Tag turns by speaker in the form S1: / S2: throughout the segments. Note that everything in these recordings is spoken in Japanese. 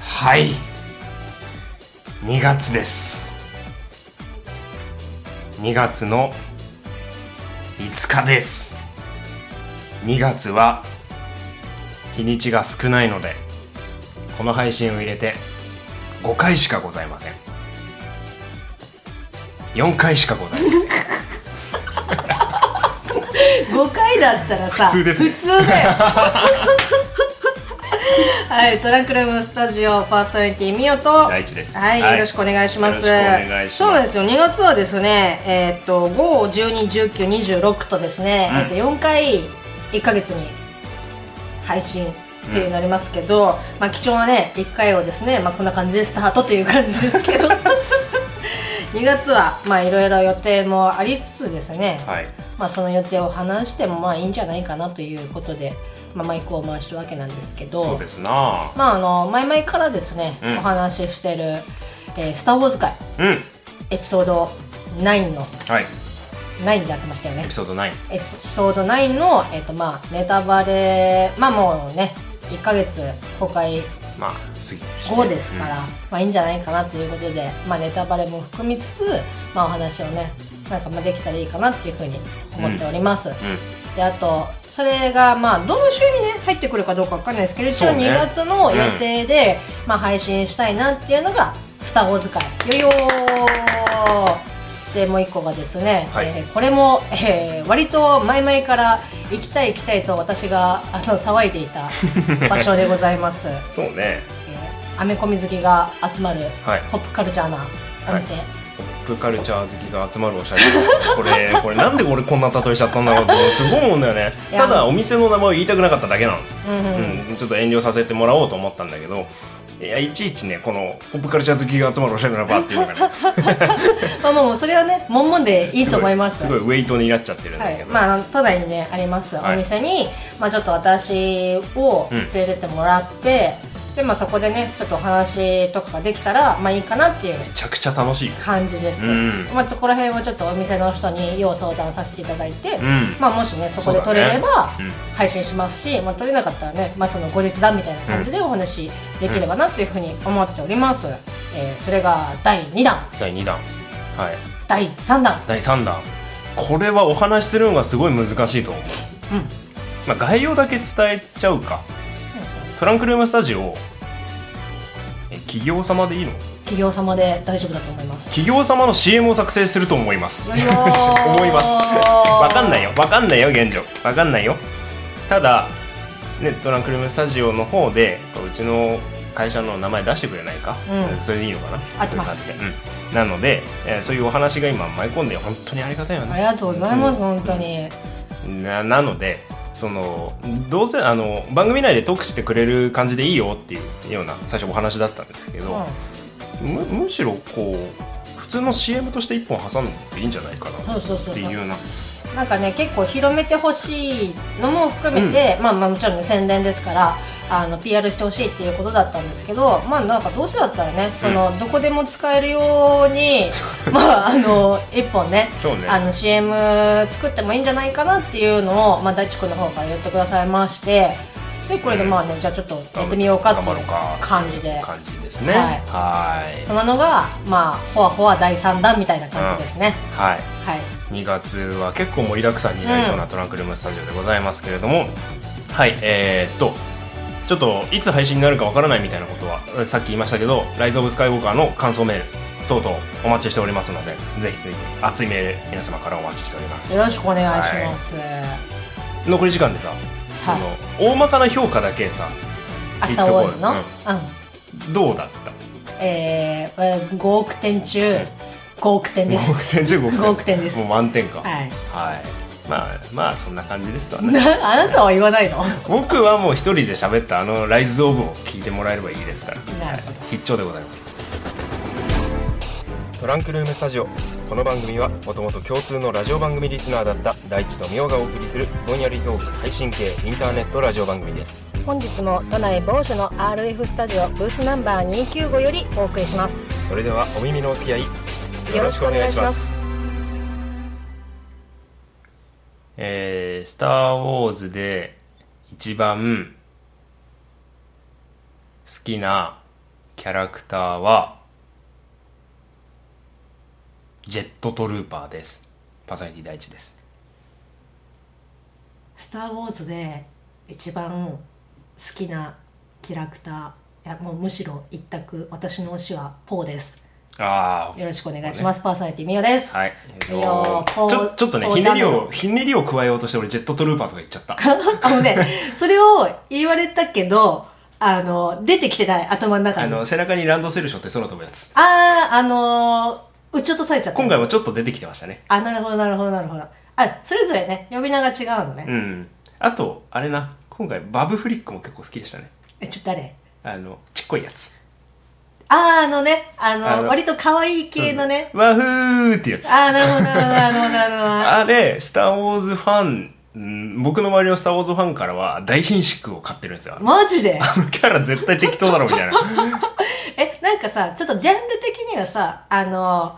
S1: はい2月です2月の5日です2月は日にちが少ないのでこの配信を入れて5回しかございません4回しかございま せん
S2: 5回だったらさ
S1: 普通ですね
S2: 普通だよはい、トランクルームスタジオパーソナリティみおと
S1: 大地です
S2: はい、
S1: はい
S2: よろしくお願いします
S1: よろしくお願いします
S2: そうなんですよ2月はですねえーっと5121926とですね、えーっと4回1か月に配信っていうなりますけど、まあ貴重なね1回をですねまあこんな感じでスタートという感じです けど2月はまあいろいろ予定もありつつですね、
S1: はい
S2: まあ、その予定を話してもまあいいんじゃないかなということで、まあ、マイクを回したわけなんですけ
S1: そ
S2: ど
S1: うですな
S2: まああの前々からですね、
S1: ん
S2: お話ししてる「えースター・ウォーズ」会
S1: うん
S2: エピソード9の
S1: はい
S2: 9でやってましたよ
S1: エ
S2: ね
S1: ピソード9
S2: エピソード9の、えっとまあ、ネタバレまあもうね1ヶ月公開
S1: まあ次
S2: 後ですから、まあいいんじゃないかなということで、まあ、ネタバレも含みつつ、まあ、お話をねなんかまあできたらいいかなっていうふうに思っております、
S1: うん、うん
S2: であとそれがまあどの週にね入ってくるかどうかわかんないですけど一
S1: そ
S2: 応
S1: うね
S2: 2月の予定で、まあ、配信したいなっていうのが「スター・ウォーズ会」よいよーでもう一個がですね、
S1: はい
S2: えーこれも、えー割と前々から行きたい行きたいと私があの騒いでい た場所でございます、え
S1: そうね
S2: ーアメコミ好きが集まる
S1: はい
S2: ポップカルチャーなお店、
S1: ポップカルチャー好きが集まるおしゃれこれこれなんで俺こんな例えしちゃったんだろうってすごい思うんだよね
S2: いや
S1: ただお店の名前を言いたくなかっただけなの、
S2: うんうん
S1: うんちょっと遠慮させてもらおうと思ったんだけどいやいちいちねこのポップカルチャー好きが集まるおしゃれなバーっていうのが、ね、
S2: まあもうそれはねもんもんで いいと思います
S1: すごいすごいウェイトになっちゃってるんだ
S2: は
S1: け
S2: い、
S1: ど、
S2: まあ都内にねあります、
S1: はい
S2: お店に、まあ、ちょっと私を連れてってもらって、でまあ、そこでねちょっとお話とかができたらまあいいかなっていう
S1: めちゃくちゃ楽しい
S2: 感じです、
S1: うん
S2: まあ、そこら辺はちょっとお店の人に要相談させていただいて、
S1: ん
S2: まあ、もしねそこ
S1: そう
S2: で
S1: だ
S2: 取
S1: ね
S2: れれば
S1: うん
S2: 配信しますし、まあ、取れなかったらね、まあ、その後日談みたいな感じでお話できればなというふうに思っております、えーそれが第2弾
S1: 第2弾はい
S2: 第3弾
S1: 第3弾これはお話しするのがすごい難しいと思う、まあ、概要だけ伝えちゃうか、トランクルームスタジオえ企業様でいいの
S2: 企業様で大丈夫だと思います
S1: 企業様の CM を作成すると思います
S2: うよー
S1: 思います わかんないよわかんないよ現状わかんないよただねトランクルームスタジオの方でうちの会社の名前出してくれないか、
S2: うん
S1: それでいいのかな
S2: 合ってます
S1: そういう感じでうんなので、えーそういうお話が今舞い込んで本当にありがたいよね
S2: ありがとうございま
S1: うん
S2: す、本当に。
S1: ななのでそのどうせあの番組内でトークしてくれる感じでいいよっていうような最初お話だったんですけど、むむしろこう普通の CM として1本挟んでいいんじゃないかな
S2: そうそうそうそう
S1: っていうような
S2: なんかね、結構広めてほしいのも含めて、まあまあもちろんね、宣伝ですから、あの PR してほしいっていうことだったんですけど、まあなんかどうせだったらね、その、どこでも使えるように、まああの、一本ね、
S1: そうね
S2: あの CM 作ってもいいんじゃないかなっていうのを、まあ大地君の方から言ってくださいまして、で、これでまあね、じゃあちょっとやってみようかっていう
S1: 頑張ろうか
S2: 感じで。
S1: 感じですね
S2: はい
S1: はい
S2: そんなのが、まあ、ほわほわ第3弾みたいな感じですね。
S1: はい
S2: はい。
S1: 2月は結構盛りだくさんになりそうなトランクルームスタジオでございますけれども、はいえー、っとちょっといつ配信になるかわからないみたいなことはえさっき言いましたけど「ライズ・オブ・スカイウォーカー」の感想メール等々お待ちしておりますのでぜひぜひ熱いメール皆様からお待ちしております
S2: よろしくお願いします。
S1: 残り時間でさ、その大まかな評価だけさ
S2: 明日終わるの、
S1: う
S2: うんん、
S1: どうだ った
S2: えー、えー5億点中5億点です。
S1: 5点15点
S2: 5億点です
S1: もう満点か
S2: はい
S1: はいまあまあそんな感じですわね
S2: なあなたは言わないの？
S1: 僕はもう一人で喋ったあの「ライズ・オブ」を聞いてもらえればいいですから
S2: なるほど
S1: 必聴でございますトランクルームスタジオこの番組はもともと共通のラジオ番組リスナーだった大地とみおがお送りするぼんやりトーク配信系インターネットラジオ番組です
S2: 本日も都内某所の RF スタジオブースナンバー295よりお送りします。
S1: それではお耳のお付き合いよろしくお願いしますえー、スター・ウォーズで一番好きなキャラクターはジェットトルーパーですパーソナリティ第一です
S2: スター・ウォーズで一番好きなキャラクターいやもうむしろ一択私の推しはポーです
S1: ああ
S2: よろしくお願いします、パーソナリティミオです
S1: はい
S2: いいよ
S1: ちょちょっとね
S2: ポー
S1: ひねり
S2: ポーダ
S1: をひねりを加えようとして俺ジェットトルーパーとか言っちゃった
S2: あのね、それを言われたけど、あの、出てきてない、頭の中
S1: あ
S2: に。あ
S1: の背中にランドセルしょって空飛ぶやつ
S2: あー、あのー、撃ち落とされちゃった。
S1: 今回もちょっと出てきてましたね
S2: あ、なるほど、なるほど、なるほど。あ、それぞれね、呼び名が違うのね。
S1: うんあとあれな今回バブフリックも結構好きでしたね
S2: え、ちょっと誰
S1: あのちっこいやつ
S2: あー、あのね、あの、
S1: あの
S2: 割と可愛い系のね。
S1: ワフーってやつ
S2: あー、なるほど、なるほど、なるほど、なるほど。
S1: あれ、スター・ウォーズファン、うん僕の周りのスター・ウォーズファンからは大貧縮を買ってるんですよ。あの
S2: マジで
S1: キャラ絶対適当だろみたい な。
S2: え、なんかさ、ちょっとジャンル的にはさ、あの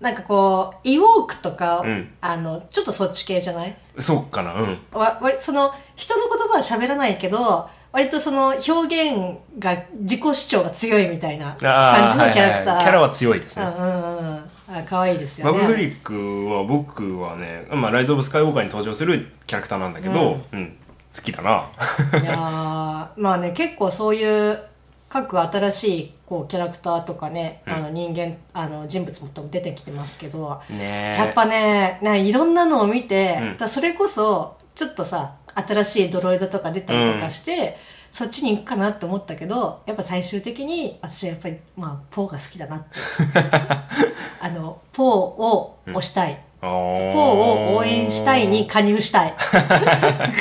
S2: なんかこう、イウォークとか、
S1: うん
S2: あの、ちょっとそっち系じゃない
S1: そうかな、うん。
S2: わ割その人の言葉は喋らないけど割とその表現が自己主張が強いみたいな感
S1: あ
S2: じ
S1: ー
S2: のキャラク
S1: はいは
S2: ター、
S1: いはいキャラは強いですね。
S2: うんうんうんあ可愛いですよ
S1: バ
S2: ね
S1: ブフリックは僕はね、まあ、ライズ・オブ・スカイウォーカーに登場するキャラクターなんだけど、うん、好きだな。
S2: いやーまあね結構そういう各新しいこうキャラクターとかね、あの人間あの人物も出てきてますけど、
S1: ね
S2: やっぱねねいろんなのを見て、
S1: うん
S2: だからそれこそちょっとさ新しいドロイドとか出たりとかして、そっちに行くかなって思ったけどやっぱ最終的に私はやっぱり、まあ、ポーが好き だなってあのポーを推したい、
S1: ポ
S2: ポーを応援したいに加 入したい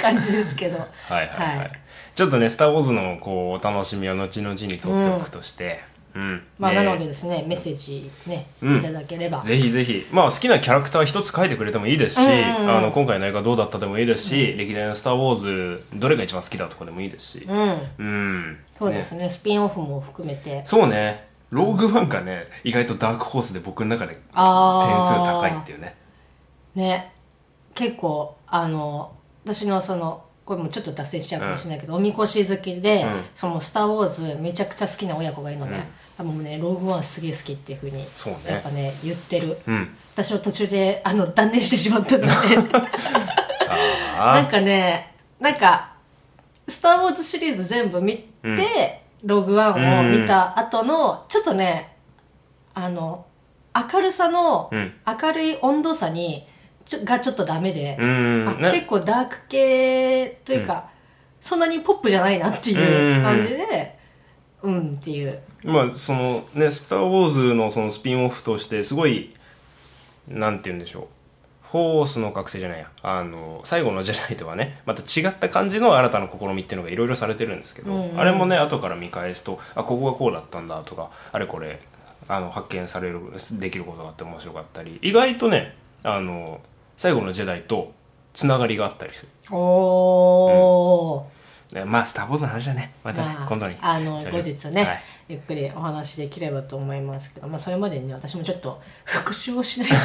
S2: 感じですけど
S1: はいはいはい、
S2: はい
S1: ちょっとね「スター・ウォーズ」のこうお楽しみを後々に取っておくとして、うん
S2: まあ、
S1: ね
S2: なのでですねメッセージね、
S1: うん
S2: いただければ
S1: ぜひぜひ、まあ、好きなキャラクター一つ書いてくれてもいいですし、
S2: うんうんうん
S1: あの今回の映画どうだったでもいいですし、歴代の「スター・ウォーズ」どれが一番好きだとかでもいいですし
S2: う、ん
S1: うん
S2: そうです
S1: ね
S2: ねスピンオフも含めて
S1: そうねローグファンがね意外とダークホースで僕の中で点数
S2: あー
S1: 高いっていうね
S2: ね結構あの私のそのこれもちょっと脱線しちゃうかもしれないけど、おみこし好きで、
S1: うん
S2: その「スター・ウォーズ」めちゃくちゃ好きな親子がいるので、多分ね「ローグワン」すげえ好きっていうふうに
S1: そうね
S2: やっぱね言ってる、
S1: うん
S2: 私は途中であの断念してしまったので
S1: あ
S2: な
S1: あ
S2: んかねなんか「スター・ウォーズ」シリーズ全部見て、ローグワンを見た後の、ちょっとねあの明るさの、
S1: うん
S2: 明るい温度差にちょがちょっとダメで。
S1: うん
S2: あ
S1: ね
S2: 結構ダーク系というか、そんなにポップじゃないなっていう感じで、うんっていう。
S1: まあそのね「スター・ウォーズ」のそのスピンオフとしてすごいなんて言うんでしょうフォースの覚醒じゃないやあの最後の「ジェダイ」とはねまた違った感じの新たな試みっていうのがいろいろされてるんですけど、
S2: うんうん
S1: あれもね後から見返すとあここがこうだったんだとかあれこれあの発見されるできることがあって面白かったり意外とねあの最後の「ジェダイ」とつながりがあったりする
S2: おー。
S1: えまあ「スター・ウォーズ」の話だねまたね、
S2: まあ、
S1: 今度に
S2: あの
S1: しましょ
S2: 後
S1: う
S2: 日ね、
S1: はい
S2: ゆっくりお話できればと思いますけど、まあ、それまでにね私もちょっと復習をしないと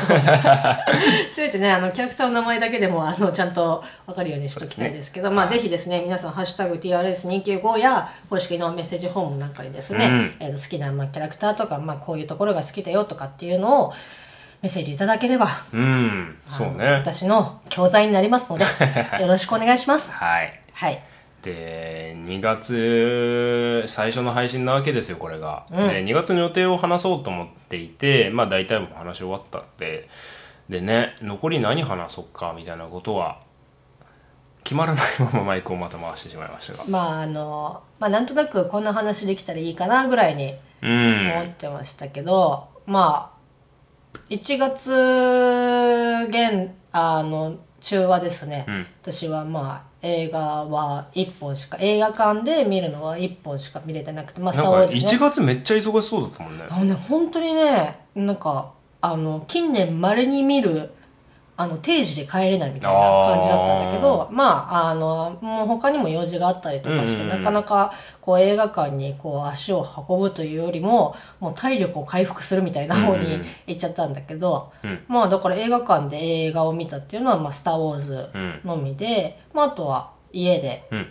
S2: 全てねあのキャラクターの名前だけでもあのちゃんと分かるようにしておきたいですけど
S1: そうですね
S2: まあ、ぜひですね皆さん「ハッシュタグ #TRS295」や公式のメッセージフォームなんかにですね、
S1: うん
S2: えーと好きな、まあ、キャラクターとか、まあ、こういうところが好きだよとかっていうのをメッセージいただければ
S1: うんそう
S2: あの
S1: ね
S2: 私の教材になります のでよろしくお願いします。
S1: はい
S2: はい
S1: で2月最初の配信なわけですよこれが、で2月の予定を話そうと思っていてまあ大体もう話し終わったってでね残り何話そっかみたいなことは決まらないままマイクをまた回してしまいましたが
S2: まああのまあ、なんとなくこんな話できたらいいかなぐらいに
S1: う
S2: 思っ
S1: ん
S2: てましたけど、まあ1月現あの中はですね、
S1: うん
S2: 私はまあ映画は1本しか映画館で見るのは1本しか見れてなくてまあ
S1: なんか
S2: ウォーズね
S1: 1月めっちゃ忙しそうだったもんね
S2: あのね本当にねなんかあの近年まれに見るあの定時で帰れないみたいな感じだったんだけどまああのもう他にも用事があったりとかして、
S1: うんうんうん
S2: なかなかこう映画館にこう足を運ぶというよりももう体力を回復するみたいな方
S1: うんう
S2: に
S1: ん
S2: 行っちゃったんだけど、
S1: うん
S2: まあだから映画館で映画を見たっていうのは「まあ、スター・ウォーズ
S1: う」ん
S2: のみで、まあ、あとは家で
S1: うん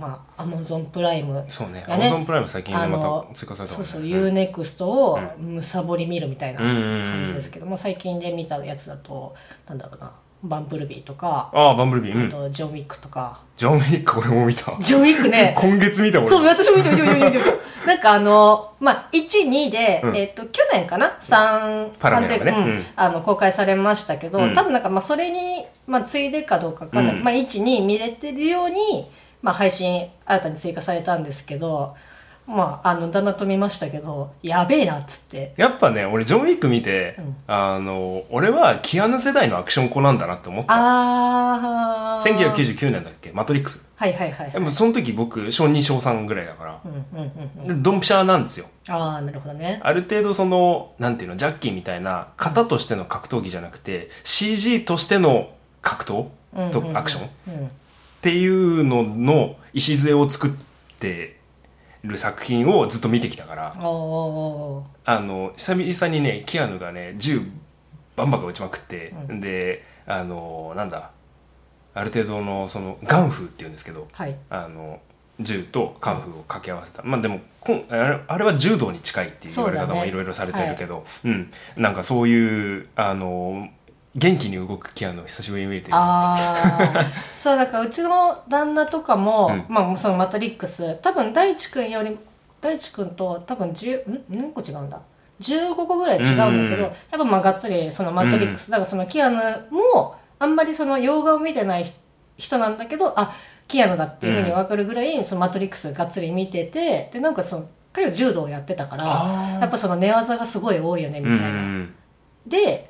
S2: まあ、アマゾンプライム
S1: そうね
S2: が
S1: Amazon プライム最近ね
S2: あの
S1: また追加されたもんね
S2: そうそう、
S1: うん
S2: UNEXT をむさぼり見るみたいな感じですけども、最近で見たやつだとなんだろうなバンプルビーとか
S1: ああバンブルビーう
S2: あ
S1: ん
S2: とジョン・ウィックとか
S1: ジョン・ウィック俺も見た
S2: ジョン・ウィックね
S1: 今月見た俺
S2: そう、私も見て見て見て見て 見て。なんかあの、まあ、1、2で、
S1: うん
S2: えっと、去年かな ?3、
S1: パラメラ
S2: で、
S1: がね
S2: うん
S1: うん
S2: あの、公開されましたけど、
S1: うん
S2: 多分なんか、まあ、それに、まあ、ついでかどうかわかんない。
S1: うん
S2: まあ、1、2見れてるように、まあ、配信、新たに追加されたんですけど、まあ、あの、旦那と見ましたけど、やべえな、っつって。
S1: やっぱね俺ジョン・ウィック見て、
S2: うん
S1: あの俺はキアヌ世代のアクション子なんだなって思った
S2: あー。
S1: 1999年だっけ「マトリックス
S2: はいはいは」い
S1: で。もその時僕小2小3ぐらいだから
S2: う、んうんうんうん。
S1: でドンピシャなんですよ
S2: あー、なるほどね。
S1: ある程度そのなんていうのジャッキーみたいな型としての格闘技じゃなくて CG としての格闘
S2: うんうんうん
S1: とアクションっ
S2: うん。
S1: ていうのの礎を作ってる作品をずっと見てきたから
S2: おー。
S1: あの久々にねキアヌがね銃バンバン撃ちまくって、であのなんだある程度のそのガンフーっていうんですけど
S2: はい。
S1: あの銃とカンフーを掛け合わせたまあでもこんあれあれは柔道に近いっていう言われ
S2: そう
S1: 方
S2: だね
S1: もいろいろされてるけどう、ん、なんかそういうあの元気に動くキアヌを久しぶりに見れて
S2: ああそうだからうちの旦那とかも、
S1: うん
S2: まあそのマトリックス多分大地君より大地君と多分10ん何個違うんだ15個ぐらい違うんだけ
S1: う
S2: ど、
S1: んうんうん
S2: やっぱまあがっつりそのマトリックス、だからそのキアヌもあんまりその洋画を見てない人人なんだけどあキアヌだっていうふうに分かるぐらい、そのマトリックスがっつり見ててでなんかその彼は柔道をやってたから
S1: あー
S2: やっぱその寝技がすごい多いよねみ
S1: うんうん
S2: たいな。
S1: うん
S2: で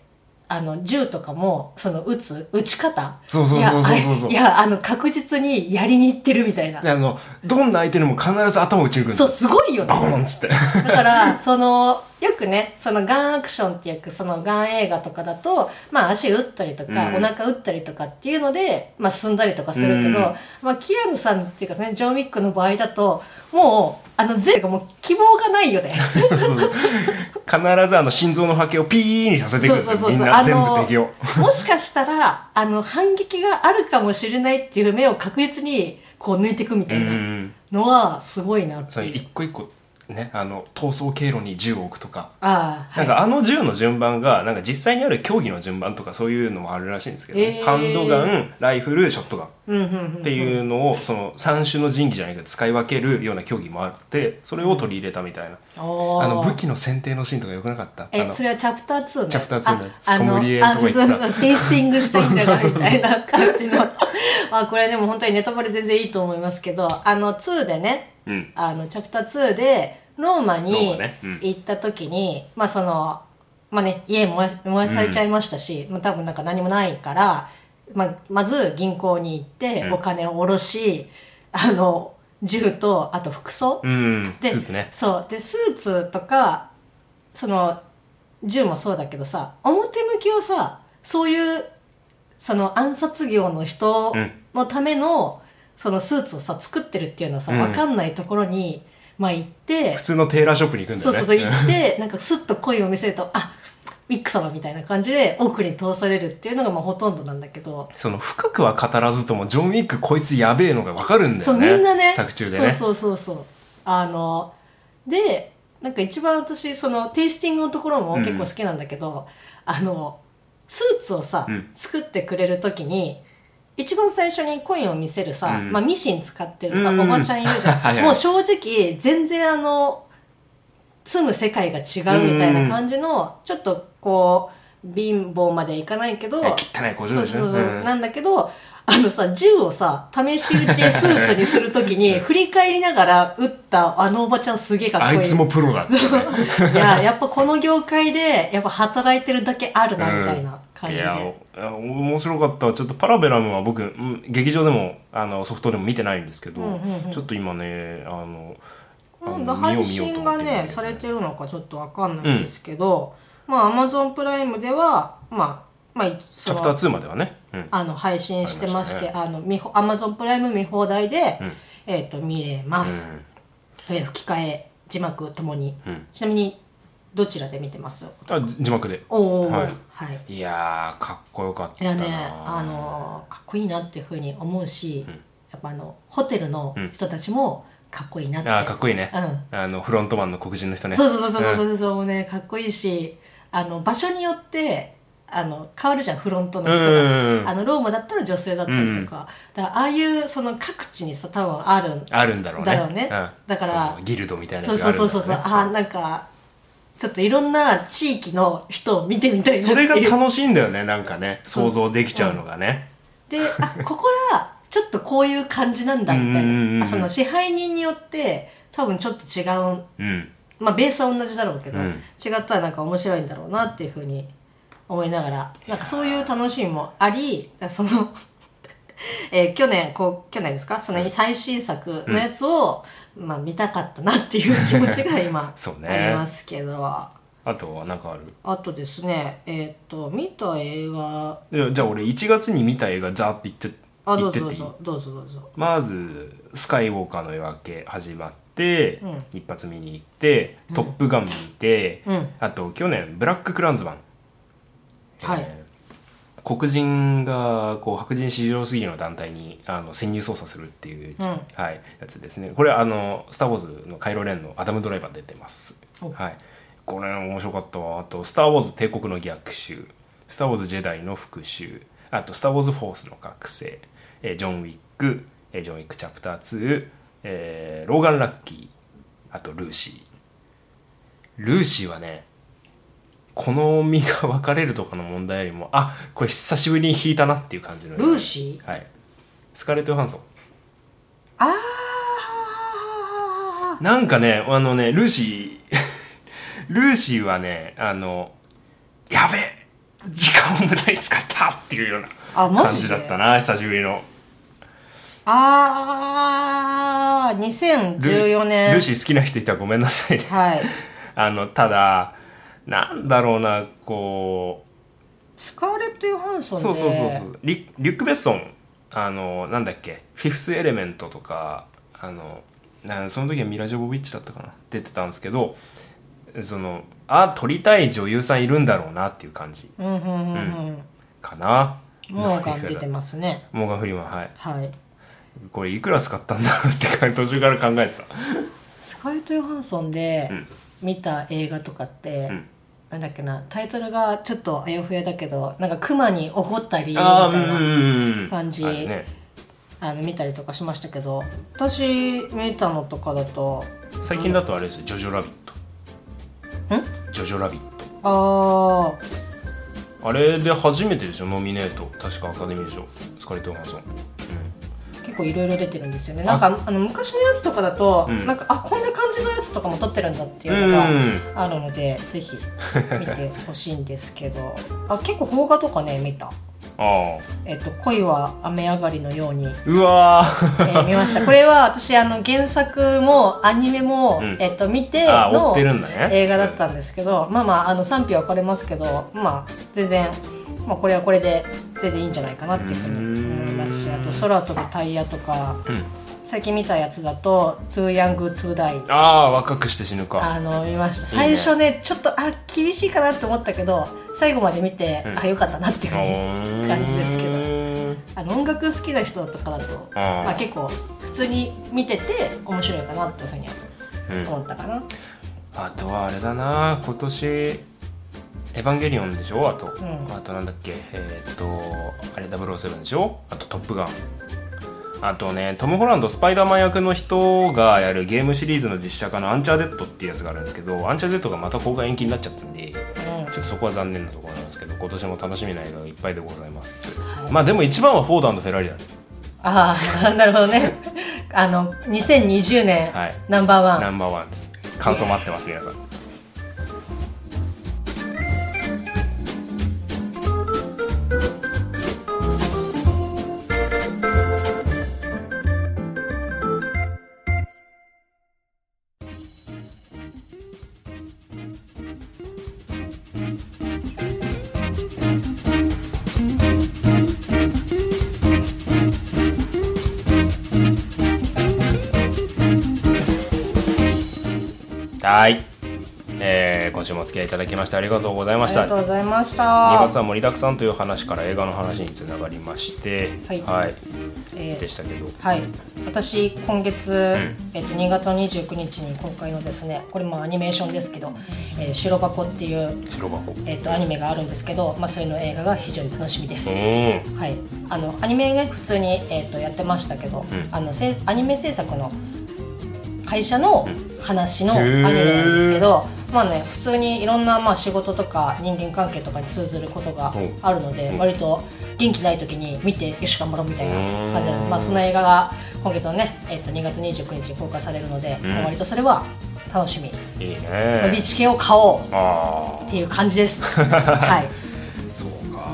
S2: あの銃とかもその撃つ撃ち方
S1: そうそうそうそうそうそう
S2: いやあれいやあの確実にやりにいってるみたいな
S1: であのどんな相手にも必ず頭打ち抜くんです
S2: そう
S1: よ
S2: すごいよね
S1: バコーンっつって
S2: だからそのよくねそのガンアクションっていうそのガン映画とかだとまあ足打ったりとか、
S1: うん
S2: お腹打ったりとかっていうので、まあ、進んだりとかするけど、
S1: うん
S2: まあ、キアヌさんっていうかねジョン・ウィックの場合だともうあの全がもう希望がないよね。
S1: そうそうそう 必ずあの心臓の波形をピーにさせていくんですよ
S2: そうそうそうそう
S1: みんな
S2: あの
S1: 全部敵を。
S2: もしかしたら、あの、反撃があるかもしれないっていう目を確実に、こう抜いていくみた
S1: う
S2: い
S1: んう
S2: なんのは、すごいなって
S1: そう
S2: いう。
S1: 一個一個ねあの逃走経路に銃を置くとか
S2: ああ、
S1: な
S2: は
S1: ん
S2: い。
S1: かあの銃の順番がなんか実際にある競技の順番とかそういうのもあるらしいんですけど、ね
S2: えー
S1: ハンドガンライフルショットガン
S2: うんうんうん。
S1: っていうのをその3種の神器じゃないけど使い分けるような競技もあってそれを取り入れたみたいな、
S2: あ
S1: あの武器の選定のシーンとかよくなかったあ
S2: え、
S1: の
S2: それはチャプター2の
S1: チャプター2のやつ
S2: ああ
S1: ソムリエとか言ってた
S2: あそうそうテイスティングしたいんだから
S1: そう
S2: み
S1: そうそう
S2: たいな 感じの。あ、これでも本当にネタバレ全然いいと思いますけど、あの2でね、
S1: うん
S2: あのチャプター2でローマ
S1: ロー
S2: に
S1: マねうん
S2: 行った時に、まあそのまあね家燃や燃やされちゃいましたし、まあ多分なんか何もないから、まあ、まず銀行に行って
S1: うん
S2: お金を下ろし、あの銃とあと服装、
S1: うん
S2: で
S1: スーツね
S2: そうでスーツとかその銃もそうだけどさ表向きをさそういうその暗殺業の人
S1: うん
S2: のための、そのスーツをさ作ってるっていうのはさ
S1: うん
S2: 分かんないところに、まあ行って
S1: 普通のテーラーショップに行くんだ
S2: そ
S1: よね
S2: うそうそう行ってなんかスッと恋を見せるとあウィック様みたいな感じで奥に通されるっていうのがまあほとんどなんだけど。
S1: その深くは語らずともジョン・ウィックこいつやべえのがわかるんだ
S2: そ
S1: よ
S2: う
S1: ね
S2: みんなね
S1: 作中でね
S2: そうそうそうそうあのでなんか一番私そのテイスティングのところも結構好きなんだけど、あのスーツをさ、
S1: うん
S2: 作ってくれる時に一番最初にコインを見せるさ、
S1: うん
S2: まあ、ミシン使ってるさ、
S1: うん
S2: おばちゃんいるじゃん
S1: はいはい
S2: もう正直全然あの住む世界が違うみたいな感じの、ちょっとこう貧乏までいかないけど、
S1: はい汚い工場
S2: そう
S1: ですね
S2: そうそう、
S1: ん
S2: なんだけどあのさ銃をさ試し撃ちスーツにすると きに振り返りながら撃ったあのおばちゃんすげえかっこ
S1: あ
S2: いい
S1: いつもプロだって、ね、
S2: いややっぱこの業界でやっぱ働いてるだけあるなみたいな感じ
S1: い
S2: で、
S1: やおお面白かったちょっとパラベラムは僕、うん劇場でもあのソフトでも見てないんですけど、
S2: うんうんうん
S1: ちょっと今ねあのあの
S2: 今度
S1: 見よ
S2: 配
S1: う見ようと
S2: 信
S1: 思っ
S2: が
S1: てるんだけど
S2: ねされてるのかちょっとわかんないんですけど、まあ Amazon プライムではまあまあ
S1: チ
S2: そ
S1: ャプター
S2: の
S1: 2まではね、うん
S2: あの配信してまして
S1: ありまし
S2: あの見ほ Amazon プライム見放題で、
S1: うん
S2: えっ、と見れます、えー吹き替え字幕ともに、
S1: うん
S2: ちなみにどちらで見てます
S1: うん、あ字幕で
S2: おおは
S1: はいい、いやーかっこよかっ
S2: い
S1: た
S2: や
S1: な
S2: ねあのーかっこいいなっていうふうに思うし、やっぱあのホテルの
S1: うん
S2: 人たちもかっこいいなって、
S1: ああかっこいいね、
S2: うん
S1: あのフロントマンの黒人の人ね
S2: そうそうそうそう
S1: う
S2: そうそうそう、ねかっこいいしあの場所によってあの変わるじゃんフロントの
S1: んう
S2: 人
S1: ん
S2: が、
S1: うんうん
S2: あのローマだったら女性だったりとか,、だからああいうその各地にさ多分あるん
S1: あるんだろうね
S2: だろうね
S1: ん
S2: だから
S1: そのギルドみたいな
S2: そ
S1: や
S2: う
S1: つがあ
S2: そう
S1: るんだ
S2: そ
S1: ろ
S2: う
S1: うね
S2: そうそうあーなんかちょっといろんな地域の人を見てみたいな
S1: それが
S2: っていう
S1: 楽しいんだよねなんかね想像できちゃうのがね、
S2: であここがちょっとこういう感じなんだみたい
S1: うんうんうんうん
S2: なあその支配人によって多分ちょっと違う
S1: うん
S2: まあベースは同じだろうけど、
S1: うん
S2: 違ったらなんか面白いんだろうなっていうふうに思いながらなんかそういう楽しみもありだからその えー去年こう去年ですかその最新作のやつを、まあ、見たかったなっていう気持ちが今
S1: そうね
S2: ありますけど。
S1: あとはなんかある
S2: あとですね、えーっと、見た映画、
S1: いやじゃあ俺1月に見た映画ザーって言って
S2: あ、ど
S1: 言
S2: う
S1: ってってい
S2: ぞどう
S1: い
S2: ぞ、どうぞどうぞ。
S1: まず「スカイウォーカーの夜明け」始まって、
S2: うん
S1: 一発見に行って「トップガン」見て、
S2: うん
S1: あと去年「ブラック・クランズマン」
S2: はい
S1: えー黒人がこう白人至上主義の団体にあの潜入捜査するっていう、
S2: うん
S1: はい、やつですねこれはあの「スター・ウォーズ」のカイロ・レンのアダム・ドライバー出てます、
S2: お
S1: はい、これ面白かったわあと「スター・ウォーズ帝国の逆襲」「スター・ウォーズ・ジェダイの復讐」あと「スター・ウォーズ・フォースの覚醒」えージョン・ウィック」えージョン・ウィック・チャプター2」えーローガン・ラッキー」あと「ルーシー」ルーシーはねこの身が分かれるとかの問題よりもあこれ久しぶりに引いたなっていう感じの
S2: ルーシ
S1: ーはいスカーレット・ヨハンソン
S2: あーははははは
S1: なんかね、あのね、ルーシー、 ルーシーはね、あの、やべえ時間を無駄に使ったっていうような
S2: あマ
S1: 感
S2: ジ
S1: じ
S2: で
S1: だったな、久しぶりの。
S2: あー、
S1: ル
S2: 2014年。
S1: ルーシー好きな人いたらごめんなさいね。
S2: はい。
S1: あの、ただ、なんだろうな、こ
S2: スカーレット・ヨハンソ
S1: う、
S2: ンで。
S1: そうそうそうそう、リリュック・ベッソン、あの、なんだっけ、フィフス・エレメントとか、あの、なその時はミラ・ジョボビッチだったかな、出てたんですけど、その、あ、撮りたい女優さんいるんだろうなっていう感じ。
S2: うんうんうんうん。
S1: かな
S2: モーガン出てますね。
S1: モーガンフリーマンはい
S2: はい。
S1: これいくら使ったんだろうって途中から考えてた
S2: スカーレット・ヨハンソンで
S1: うん
S2: 見た映画とかって、
S1: うん
S2: なんだっけな、タイトルがちょっとあやふやだけど、なんか熊に怒ったりみたい
S1: ああうん
S2: な。
S1: うんうん
S2: 感じ
S1: あれね
S2: あの見たりとかしましたけど私見たのとかだと
S1: 最近だとあれですよ「ジョジョラビット」「ジョジョラビット
S2: あ」
S1: あれで初めてでしょノミネート確かアカデミー賞スカーレット・ヨハンソン
S2: ー結構いろいろ出てるんですよねなんかあの昔のやつとかだと、
S1: うん
S2: なんかあこんな感じのやつとかも撮ってるんだっていううのが
S1: ん
S2: あるので、ぜひ見てほしいんですけど あ結構邦画とかね見た、
S1: ああ
S2: えっと「恋は雨上がりのように」
S1: うわー
S2: えー見ましたこれは私あの原作もアニメも、
S1: うん
S2: えっと見て
S1: あー追
S2: の
S1: ってるんだね
S2: 映画だったんですけど、まあまああの賛否は分かれますけどまあ全然、まあ、これはこれで全然いいんじゃないかなっていうふうに思いますしあと「空飛ぶタイヤ」とか
S1: うん
S2: 最近見たやつだと「Too Young to Die
S1: ああ若くして死ぬ」か
S2: あの見ました
S1: いい
S2: 最
S1: ね
S2: 初ねちょっとあ厳しいかなって思ったけど最後まで見て、
S1: うん
S2: あよかったなっていうふうに
S1: 感
S2: 感じですけど
S1: ど
S2: あの音楽好きな人とかだと、
S1: あー
S2: まあ、結構普通に見てて面白いかなというふうには
S1: うん
S2: 思ったかな、
S1: あとはあれだな今年「エヴァンゲリオン」でしょあと、
S2: ん
S1: あとなんだっけえーっとあれ007でしょあと「トップガン」あとねトム・ホランドスパイダーマン役の人がやるゲームシリーズの実写化の「アンチャーデッド」っていうやつがあるんですけどアンチャーデッドがまた公開延期になっちゃったんでち
S2: うん
S1: ょっとそこは残念なところなんですけど今年も楽しみな映画がいっぱいでございます、まあでも一番はフォードフェラーリだね
S2: ああ なるほどねあの2020年、
S1: はい
S2: ナンバーワ
S1: ナ
S2: ン
S1: ンバーワンです感想待ってます皆さんはい、えー今週もお付き合いいただきましてありがとうございま
S2: あ
S1: し
S2: り
S1: た
S2: がとうございました
S1: 2月は盛りだくさんという話から映画の話につながりまして
S2: はいえー
S1: でしたけど
S2: はい、私今月、えっと2月の29日に公開のですねこれもアニメーションですけど「えー白箱」っていう、
S1: 白箱
S2: えっとアニメがあるんですけど、まあ、それの映画が非常に楽しみです、
S1: おー
S2: はい、あのアニメね普通に、えー、とやってましたけど、
S1: ん
S2: あのせいアニメ制作の会社の話の
S1: へ
S2: アニメ
S1: ー
S2: なんですけど、まあね普通にいろんなまあ仕事とか人間関係とかに通ずることが
S1: うん
S2: あるので、
S1: うん
S2: 割と元気ない時に見てよし頑張ろうみたいな感じ
S1: う
S2: で
S1: ーん
S2: まあその映画が今月のね、えー、と2月29日に公開されるので、
S1: ん
S2: 割とそれは楽しみ、
S1: いいね
S2: ビチ系を買おうっ
S1: ああ
S2: ていう感 じです。はい、
S1: そうか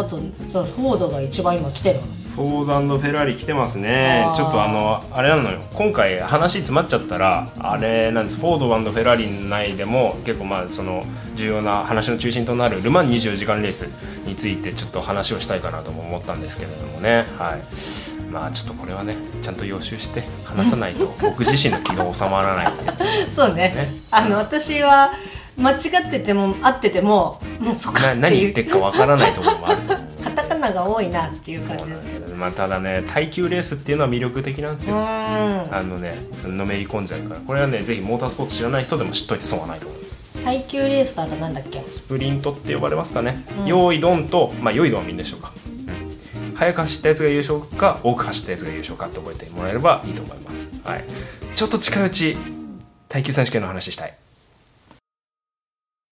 S2: あとそうフォードが一番今来てる
S1: フォードフェラーリ来てますね
S2: あー
S1: ちょっとあのあれなのよ今回話詰まっちゃったらあれなんですフォードフェラーリの内でも結構まあその重要な話の中心となるル・マン24時間レースについてちょっと話をしたいかなとも思ったんですけれどもねはいまあちょっとこれはねちゃんと予習して話さない と僕自身の気が収まらないっていう
S2: そうね
S1: ね
S2: あの私は間違ってても合っててももうそっか
S1: な
S2: って
S1: 何言
S2: い
S1: っ
S2: う
S1: てるかわからないところもあると思う
S2: カタカナが多いなっていう感
S1: そう
S2: じ
S1: なんで
S2: で
S1: すす
S2: け
S1: け
S2: ど
S1: どまあただね耐久レースっていうのは魅力的なんです
S2: う
S1: よ
S2: ー
S1: あのね、のめり込んじゃうから、これはね、ぜひモータースポーツ知らない人でも知っといて損はないと思う。
S2: ん耐久レースとあとなんだっけ
S1: スプリントって呼ばれますかね。
S2: うん
S1: 用意ドンと、まあ、用意ドンはみんなでしょうか。うん早く走ったやつが優勝か、多く走ったやつが優勝かって覚えてもらえればいいと思います。はい。ちょっと近いうち、耐久選手権の話したい。